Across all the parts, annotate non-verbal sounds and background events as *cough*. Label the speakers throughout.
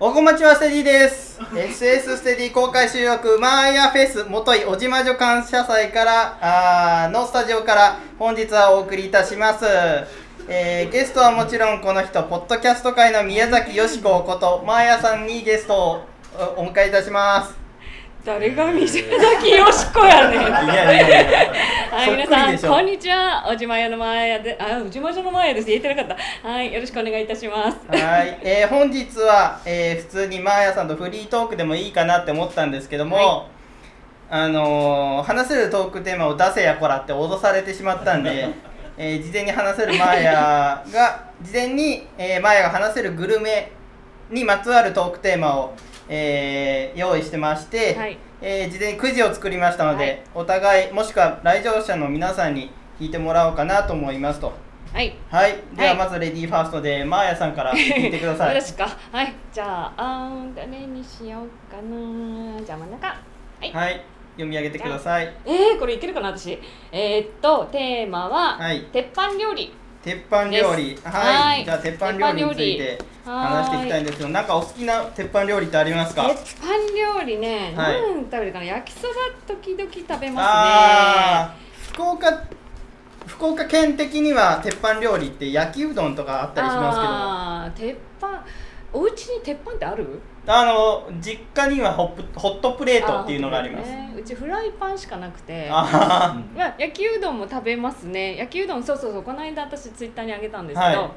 Speaker 1: おこまちはステディです SS ステディ公開収録マーヤフェスもとい小島女感謝祭からあーのスタジオから本日はお送りいたします、えーゲストはもちろんこの人ポッドキャスト界の宮崎よしこことマーヤさんにゲストをおお迎えいたします
Speaker 2: 誰が水崎よしこやねん。
Speaker 1: いやいやいや
Speaker 2: *laughs* はい、
Speaker 1: そっ
Speaker 2: 皆
Speaker 1: く
Speaker 2: さ
Speaker 1: りで
Speaker 2: ん、
Speaker 1: しょ
Speaker 2: こんにちは。おじまやの前やで、あ、おじまじの前やです。言えてなかった。はい、よろしくお願いいたします。
Speaker 1: はい、えー本日は、えー普通にマーヤさんとフリートークでもいいかなって思ったんですけども、
Speaker 2: は
Speaker 1: あのー話せるトークテーマを出せやこらって脅されてしまったん
Speaker 2: *laughs*
Speaker 1: で、えー事前に話せるマーヤが事前に、えーマーヤが話せるグルメにまつわるトークテーマを、えー用意してまして、
Speaker 2: はい
Speaker 1: えー事前にクイズを作りましたので、
Speaker 2: はい
Speaker 1: お互いもしくは来場者の皆さんに聞いてもらおうかなと思いますと。
Speaker 2: はい。
Speaker 1: はい、では
Speaker 2: はい
Speaker 1: まずレディーファーストで、マーヤさんから聞いてください。
Speaker 2: *laughs* よろしく。はい、じゃあ、あー誰にしようかな。じゃあ、真ん中。はい。
Speaker 1: はい、読み上げてください。
Speaker 2: えー、これいけるかな、私。えー、っと、テーマは、
Speaker 1: はい
Speaker 2: 鉄板料理。
Speaker 1: 鉄板料理、
Speaker 2: です
Speaker 1: は、
Speaker 2: はいい
Speaker 1: じゃあ鉄板料理について話していきたいんですけど、なんかお好きな鉄板料理ってありますか？
Speaker 2: 鉄板料理ね、
Speaker 1: はい
Speaker 2: 何食べるかな、焼きそば時々食べますね。
Speaker 1: あー福岡福岡県的には鉄板料理って焼きうどんとかあったりしますけども、
Speaker 2: あー鉄板お家に鉄板ってある
Speaker 1: あの実家にはホップホットプレートっていうのがあります。
Speaker 2: ーねうちフライパンしかなくて
Speaker 1: あ
Speaker 2: まあ、焼きうどんも食べますね焼きうどんそうそうそうこの間私ツイッターにあげたんですけど、
Speaker 1: はい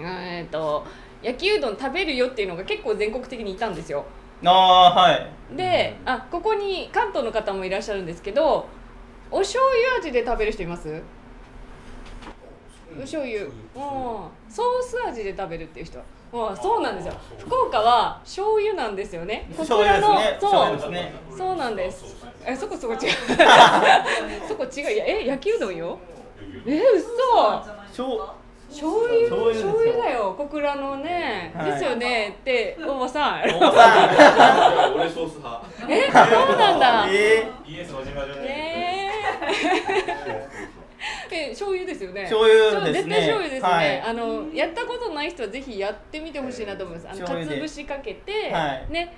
Speaker 2: えーっと焼きうどん食べるよっていうのが結構全国的にいたんですよ
Speaker 1: ーあーはい。
Speaker 2: で、あここに関東の方もいらっしゃるんですけどお醤油味で食べる人いますお醤油、うん、ソース味で食べるっていう人は、うん、そうなんですよ福岡は醤油なんですよねこち
Speaker 1: *laughs* 醤油
Speaker 2: ら
Speaker 1: です
Speaker 2: の
Speaker 1: ね。醤
Speaker 2: そう
Speaker 1: 油ですね。
Speaker 2: そうなんです。え、そこそこ違う。 *laughs* そこ違う。いやえ、焼きうどんよ。え、嘘。
Speaker 1: 醤
Speaker 2: 醤油
Speaker 1: 醤油ですよ
Speaker 2: 醤油だよ。小倉のね、
Speaker 1: はい
Speaker 2: ですよね。って、おばさん。
Speaker 1: おばさん。
Speaker 3: 俺ソース派。
Speaker 2: *laughs* え、そうなんだ。ね
Speaker 1: え
Speaker 3: イエス小島じゃない。
Speaker 2: え。え、醤油ですよね。
Speaker 1: 醤油ですね
Speaker 2: そう絶対醤油ですね。
Speaker 1: はい
Speaker 2: あの、やったことない人はぜひやってみてほしいなと思います。あの、
Speaker 1: 醤油で
Speaker 2: 鰹節かけて、
Speaker 1: はい
Speaker 2: ね。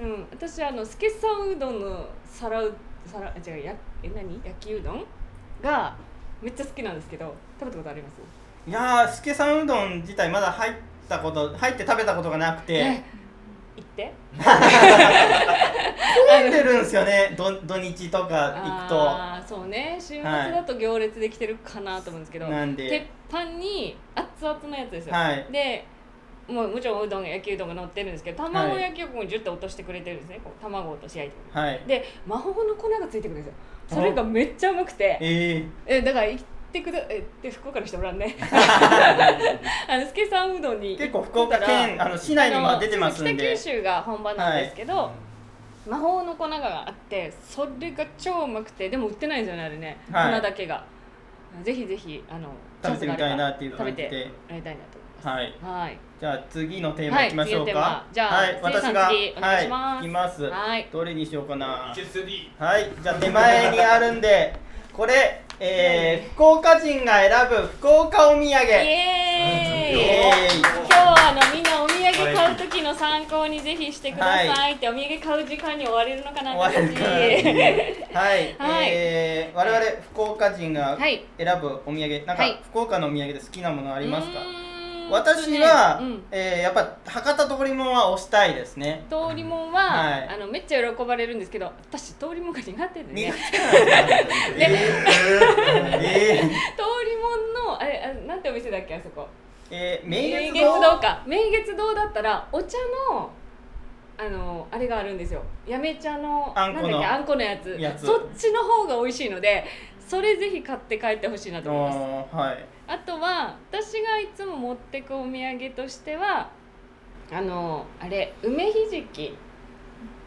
Speaker 2: うん、私、あの、スケさんうどんの皿う、皿、違う、や、え、何、焼きうどん。が、めっちゃ好きなんですけど、食べたことあります。
Speaker 1: ー、いやー、すけさんうどん自体まだ入ったこと、入って食べたことがなくて、
Speaker 2: 行って。
Speaker 1: 混んでるんですよね、ど土日とか
Speaker 2: ああー、そうね、週末だと行列できてるかなと思うんですけ
Speaker 1: 行くと。
Speaker 2: ど。
Speaker 1: なん
Speaker 2: 鉄
Speaker 1: で、
Speaker 2: 板に熱々のやつですよ、
Speaker 1: はい
Speaker 2: でもうもちろんうどん焼きうどんが乗ってるんですけど卵
Speaker 1: はい
Speaker 2: 焼きをこうジュッと落としてくれてるんですねこう卵を落とし焼いてくれる
Speaker 1: はい。
Speaker 2: で魔法の粉がついてくるんですよそれがめっちゃうまくて
Speaker 1: え
Speaker 2: えだから行ってくだえで福岡の人おらん
Speaker 1: *laughs*
Speaker 2: ねあの助さんうどんに
Speaker 1: ー、結構福岡県、あの市内にも出てますん
Speaker 2: あの
Speaker 1: で
Speaker 2: 北。九州が本場なんですけど、魔法の粉があってそれが超うまくてでも売ってないんじゃないあれね、
Speaker 1: はい
Speaker 2: 粉だけがぜひぜひあの
Speaker 1: 食べてみたいなっていう
Speaker 2: 食
Speaker 1: 感
Speaker 2: べ
Speaker 1: じ
Speaker 2: て
Speaker 1: で。
Speaker 2: もらいたいなと思います
Speaker 1: はい。
Speaker 2: はい
Speaker 1: じゃあ次のテーマいきましょうか。
Speaker 2: はい次のテーマじゃあ
Speaker 1: はい、私が、
Speaker 2: せいさん次お願いしま
Speaker 1: はい、
Speaker 2: す
Speaker 1: いきます。
Speaker 2: はい
Speaker 1: どれにしようかな。
Speaker 3: イエス D。
Speaker 1: はい、じゃあ手前にあるんで、これ、えー、福岡人が選ぶ福岡お土産。イ
Speaker 2: イ
Speaker 1: エー
Speaker 2: エーイ
Speaker 1: イ
Speaker 2: 今日はあのみんなお土産買う時の参考にぜひしてくだ
Speaker 1: は
Speaker 2: さいって、お土産買う時間に追われるのかな
Speaker 1: 終わる
Speaker 2: 私
Speaker 1: *laughs* からはい、
Speaker 2: はい
Speaker 1: えー、我々福岡人が
Speaker 2: はい
Speaker 1: 選ぶお土産、なん
Speaker 2: はい
Speaker 1: か福岡のお土産で好きなものありますか、
Speaker 2: うーん
Speaker 1: 私は、
Speaker 2: うん
Speaker 1: えーやっぱ博多通りもんは推したいですね
Speaker 2: 通りもんは、
Speaker 1: はい
Speaker 2: あのめっちゃ喜ばれるんですけど私通りもんが苦手で
Speaker 1: 苦
Speaker 2: ね
Speaker 1: 手なんです
Speaker 2: *laughs*
Speaker 1: よえー
Speaker 2: 通りもんのあれあなんてお店だっけあそこ
Speaker 1: えー、
Speaker 2: 明
Speaker 1: 明
Speaker 2: 月
Speaker 1: 月
Speaker 2: 堂
Speaker 1: 堂
Speaker 2: か明月堂だったらお茶のあのあれがあるんですよやめ茶の
Speaker 1: あんこの
Speaker 2: なんだっけあんこのやつ
Speaker 1: やつ
Speaker 2: そっちの方が美味しいのでそれぜひ買って帰ってほしいなと思います
Speaker 1: のはい
Speaker 2: あとは私がいつも持ってくお土産としてはあのあれ梅ひじき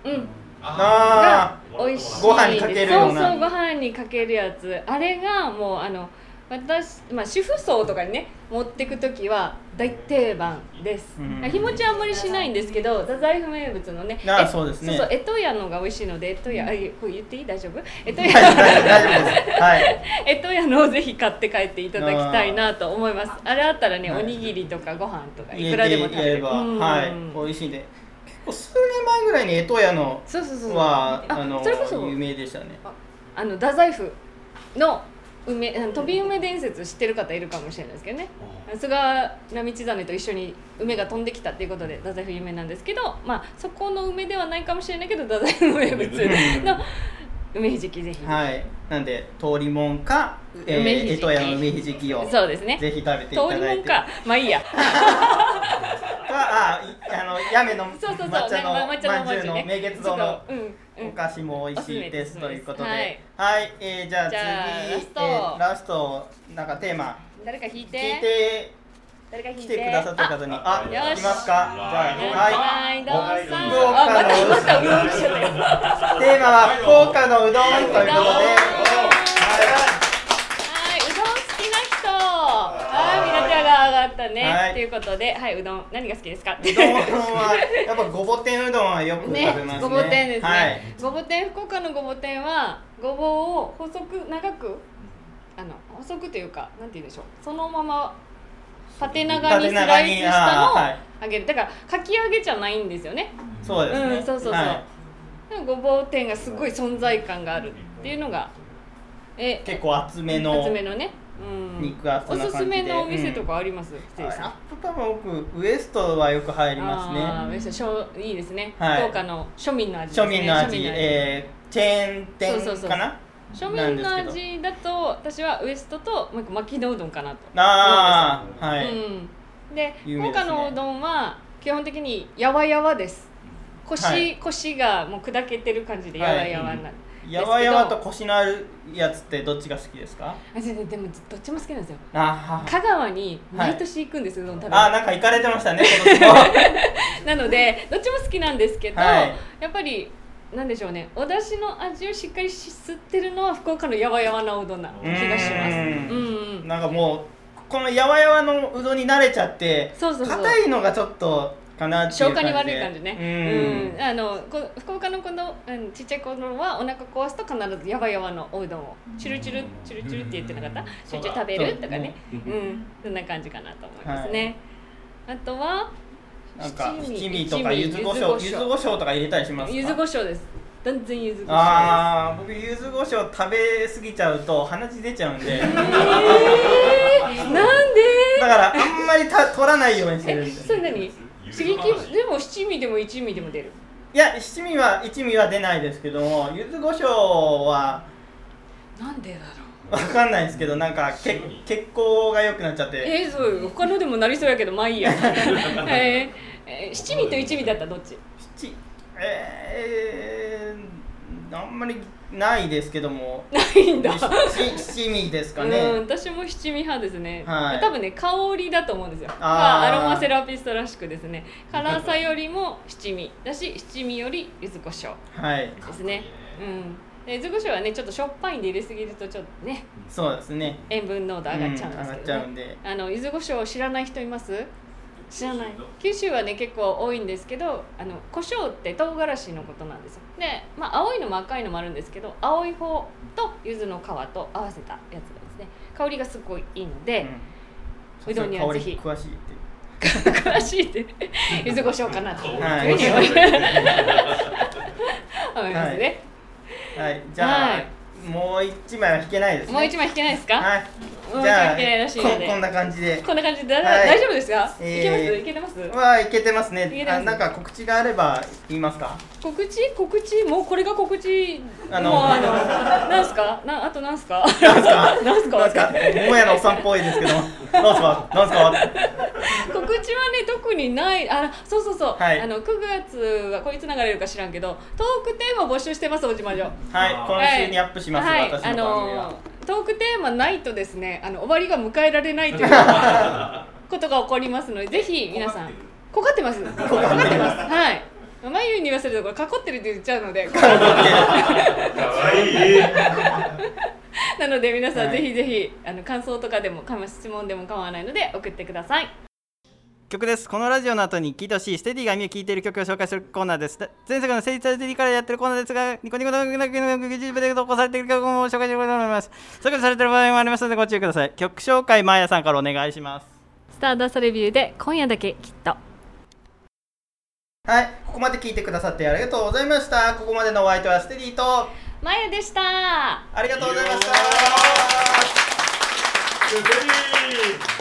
Speaker 2: うん
Speaker 1: あ
Speaker 2: 美味しいです
Speaker 1: ご飯にかけるような
Speaker 2: そうそうご飯にかけるやつあれがもうあの私、まあ、主婦層とかにね持ってく時は大定番です、
Speaker 1: うん
Speaker 2: 日持ちあんまりしないんですけど太宰府名物のね
Speaker 1: あ
Speaker 2: え
Speaker 1: そうですね
Speaker 2: そうそうえとやのが美味しいのでえとやあいこれ言っていい大丈夫えと
Speaker 1: 大丈夫
Speaker 2: *laughs* や
Speaker 1: 大丈夫ですはい
Speaker 2: えとやのをぜひ買って帰っていただきたいなと思いますあれあったらね
Speaker 1: はい
Speaker 2: おにぎりとかご飯とか *laughs* い
Speaker 1: 家
Speaker 2: くらでも
Speaker 1: でや
Speaker 2: 食べれ
Speaker 1: れ
Speaker 2: る
Speaker 1: ば
Speaker 2: うん
Speaker 1: はい美味しいんで結構数年前ぐらいに江戸屋の
Speaker 2: そうそうそうそう
Speaker 1: は
Speaker 2: あ
Speaker 1: あの
Speaker 2: それこそ
Speaker 1: 有名でしたね
Speaker 2: あの太宰府の梅あの飛び梅伝説知ってる方いるかもしれないですけどね菅波道真と一緒に梅が飛んできたっていうことで太宰府有名なんですけど、まあ、そこの梅ではないかもしれないけど太宰府の名物の梅ひじきぜひ、
Speaker 1: はいなんで通りもんかえ
Speaker 2: 梅ひ
Speaker 1: ー
Speaker 2: じ
Speaker 1: 江
Speaker 2: き
Speaker 1: 戸屋の梅ひじきをぜ
Speaker 2: そうですね
Speaker 1: ひ食べていただいて
Speaker 2: 通りもんかまあいいや
Speaker 1: かあいあのやめの
Speaker 2: そうそうそう
Speaker 1: 抹茶の
Speaker 2: ねま抹茶の
Speaker 1: まんじゅう
Speaker 2: ね
Speaker 1: の明月堂の
Speaker 2: ちょっとうんう
Speaker 1: お
Speaker 2: ん
Speaker 1: 菓子も美味しいです
Speaker 2: おすす
Speaker 1: とい
Speaker 2: め
Speaker 1: う
Speaker 2: です
Speaker 1: ことではい、えーじゃあ
Speaker 2: じ
Speaker 1: 次
Speaker 2: ゃあ
Speaker 1: えー
Speaker 2: ラ
Speaker 1: ラストなんかテーマ
Speaker 2: 誰か引い
Speaker 1: 聞
Speaker 2: て
Speaker 1: いて
Speaker 2: 誰か引いて
Speaker 1: 来てくださった方にあ
Speaker 3: あ
Speaker 1: 行
Speaker 2: よし
Speaker 1: きますかじゃあ
Speaker 2: はいどうぞ
Speaker 3: はい
Speaker 1: 福岡の
Speaker 2: あまた言いましたうんうんしちゃった
Speaker 1: は
Speaker 2: よ
Speaker 1: いテーマは福岡のうどんということではい
Speaker 2: はい、うどん好きな人。はい、みなちゃんが上がったね。
Speaker 1: はい
Speaker 2: ということで、はい、うどん、何が好きですか。
Speaker 1: うどん
Speaker 2: *laughs*
Speaker 1: はやっぱごぼ天うどんはよく食べますね。
Speaker 2: ごぼ天ですね。
Speaker 1: はい。
Speaker 2: ごぼ天、福岡のごぼ天は、ごぼうを細く長く。あの、細くというか、なんて言うんでしょう。そのまま。縦長にスライスした
Speaker 1: 縦長にあ
Speaker 2: のを
Speaker 1: ーはい
Speaker 2: 揚げる、だからかき揚げじゃないんですよね
Speaker 1: そうですね。
Speaker 2: うんそうそうそう
Speaker 1: はい
Speaker 2: でもごぼう天がすごい存在感があるっていうのがえ
Speaker 1: 結構厚めの。
Speaker 2: 厚めのね、うん、
Speaker 1: 肉厚な感じで
Speaker 2: おすすめのお店とかあります、失礼します
Speaker 1: あと多分僕ウエストはよく入り
Speaker 2: あ
Speaker 1: ま
Speaker 2: ーめっちゃしょいいですね、
Speaker 1: はい
Speaker 2: 福岡の庶民の味
Speaker 1: すね。庶民の味、
Speaker 2: 庶民の味,、
Speaker 1: えー、チェーン
Speaker 2: そうそうそ
Speaker 1: 店
Speaker 2: う
Speaker 1: かな。
Speaker 2: 庶民の味だと私はウエストともう一個巻きのうどんかなと
Speaker 1: ああ、は
Speaker 2: 思
Speaker 1: い。
Speaker 2: うんで
Speaker 1: 有
Speaker 2: 福
Speaker 1: 名ですね
Speaker 2: 岡のうどんは基本的にやわやわです腰、
Speaker 1: はい
Speaker 2: 腰がもう砕けてる感じでやわやわになる、
Speaker 1: やわやわとコシのあるやつってどっちが好きですか？
Speaker 2: あ全然でもどっちも好きなんですよ
Speaker 1: あー
Speaker 2: 香川に毎年行くんです、うどん食べに
Speaker 1: あー、なんか行かれてま
Speaker 2: *laughs*
Speaker 1: したね。今年も
Speaker 2: なのでどっちも好きなんですけど、
Speaker 1: はい
Speaker 2: やっぱりなんでしょうねお出汁の味をしっかり吸ってるのは福岡のやわやわなうどんな気がしま
Speaker 1: う
Speaker 2: すうん
Speaker 1: ん
Speaker 2: うん
Speaker 1: なんかもうこのやわやわのうどんに慣れちゃって
Speaker 2: そうそうそう
Speaker 1: 硬いのがちょっとかなっていう
Speaker 2: 消
Speaker 1: 感じ
Speaker 2: 化
Speaker 1: で
Speaker 2: に悪い感じね
Speaker 1: うん、
Speaker 2: うんあのこ福岡の子の、うん、ちっちゃい子のはお腹壊すと必ずやわやわのおうどんをチュルチュルチュルチュルって言ってなかったチュルチュル食べるとかねうんそんな感じかなと思いますね、あとは
Speaker 1: なんか
Speaker 2: 七
Speaker 1: 七
Speaker 2: 味
Speaker 1: 味とか柚子胡椒柚
Speaker 2: 柚
Speaker 1: 子
Speaker 2: 子胡椒
Speaker 1: 胡椒とか入れたりしますか
Speaker 2: 柚子胡椒です断然柚子胡椒です
Speaker 1: ああ僕柚子胡椒食べ過ぎちゃうと鼻血出ちゃうんでだ
Speaker 2: えー、なんで
Speaker 1: からあんまりた取らないようにしてるん
Speaker 2: え、
Speaker 1: で
Speaker 2: それ何刺激でも七味でも一味でも出る
Speaker 1: いや七味は一味は出ないですけども柚子胡椒は
Speaker 2: なんでだろう
Speaker 1: わかんないですけどなんか血血行が良くなっちゃって
Speaker 2: えー、そう他のでもなりそうやけどまあ
Speaker 1: *laughs*
Speaker 2: いいや、えーえー七味と一味だったらどっち
Speaker 1: ちえー、あんまりないですけど
Speaker 2: *laughs*
Speaker 1: も
Speaker 2: ないんだ
Speaker 1: しし七味ですか
Speaker 2: うん
Speaker 1: ね
Speaker 2: 私も七味派ですね、
Speaker 1: はい
Speaker 2: 多分ね香りだと思うんですよ
Speaker 1: ー
Speaker 2: まあアロマセラピストらしくですね辛さよりも七味だし七味より柚子胡椒
Speaker 1: はい
Speaker 2: ですねうんで柚子胡椒はねちょっとしょっぱいんで入れすぎるとちょっとね
Speaker 1: そうですね
Speaker 2: 塩分濃度上がっちゃう
Speaker 1: 上
Speaker 2: んですけ
Speaker 1: がっち
Speaker 2: ど、
Speaker 1: ゃ
Speaker 2: ね
Speaker 1: うんで
Speaker 2: あの柚子胡椒を知らない人います知らない九州はね結構多いんですけどあの胡椒って唐辛子のことなんですよで、まあ、青いのも赤いのもあるんですけど青い方と柚子の皮と合わせたやつなんですね香りがすごいいいので、うどんにはぜひ
Speaker 1: 香り詳しいって
Speaker 2: 詳しいって柚子胡椒かなと思い
Speaker 1: は
Speaker 2: ま
Speaker 1: い
Speaker 2: すね、
Speaker 1: はいじゃあ、
Speaker 2: はい
Speaker 1: もう一枚は引けないですね
Speaker 2: もう一枚引けないですか、
Speaker 1: はい
Speaker 2: もう一枚
Speaker 1: じゃ
Speaker 2: 引けないらしいの
Speaker 1: あこ
Speaker 2: で
Speaker 1: こんな感じで
Speaker 2: こんな感じでだ、
Speaker 1: はい
Speaker 2: 大丈夫ですか、
Speaker 1: えー
Speaker 2: いけますいけてます
Speaker 1: はいいけてます
Speaker 2: いけて
Speaker 1: ね
Speaker 2: ます
Speaker 1: あなんか告知があれば言いますか
Speaker 2: 告知告知もうこれが告知
Speaker 1: あの
Speaker 2: もうあのなんすかなあとなんすか
Speaker 1: なんすか
Speaker 2: *laughs* なんすか
Speaker 1: なんすかもやのおっさんっぽいですけど
Speaker 2: *laughs*
Speaker 1: なんすかなんすか
Speaker 2: 告知はね特にないあそうそうそう、
Speaker 1: はい
Speaker 2: あの9月はこいつ流れるか知らんけどトークテーマ募集してますおじまじょ
Speaker 1: はい今週にアップします、
Speaker 2: はい、
Speaker 1: 私の番組は、
Speaker 2: あのトークテーマないとですねあの終わりが迎えられないということが起こりますのでぜひ皆さんこかってますこかってますはい眉に言わ
Speaker 1: *laughs*
Speaker 2: せるとこれ囲ってるって言っちゃうので
Speaker 3: かわいい。
Speaker 2: なので皆さん、
Speaker 1: はい
Speaker 2: ぜひぜひあの感想とかでもかも質問でも構わないので送ってください
Speaker 1: 曲ですこのラジオの後に聴いてほしいステディが今聴いている曲を紹介するコーナーです前作のステディステディからやってるコーナーですがニコニコ動画の YouTube で投稿されている曲も紹介していこうと思います削除されてる場合もありますのでご注意ください曲紹介マーヤさんからお願いします
Speaker 2: スターダストレビューで今夜だけきっと
Speaker 1: はいここまで聴いてくださってありがとうございましたここまでのお相手はステディと
Speaker 2: まゆでした
Speaker 1: ありがとうございました
Speaker 3: よーし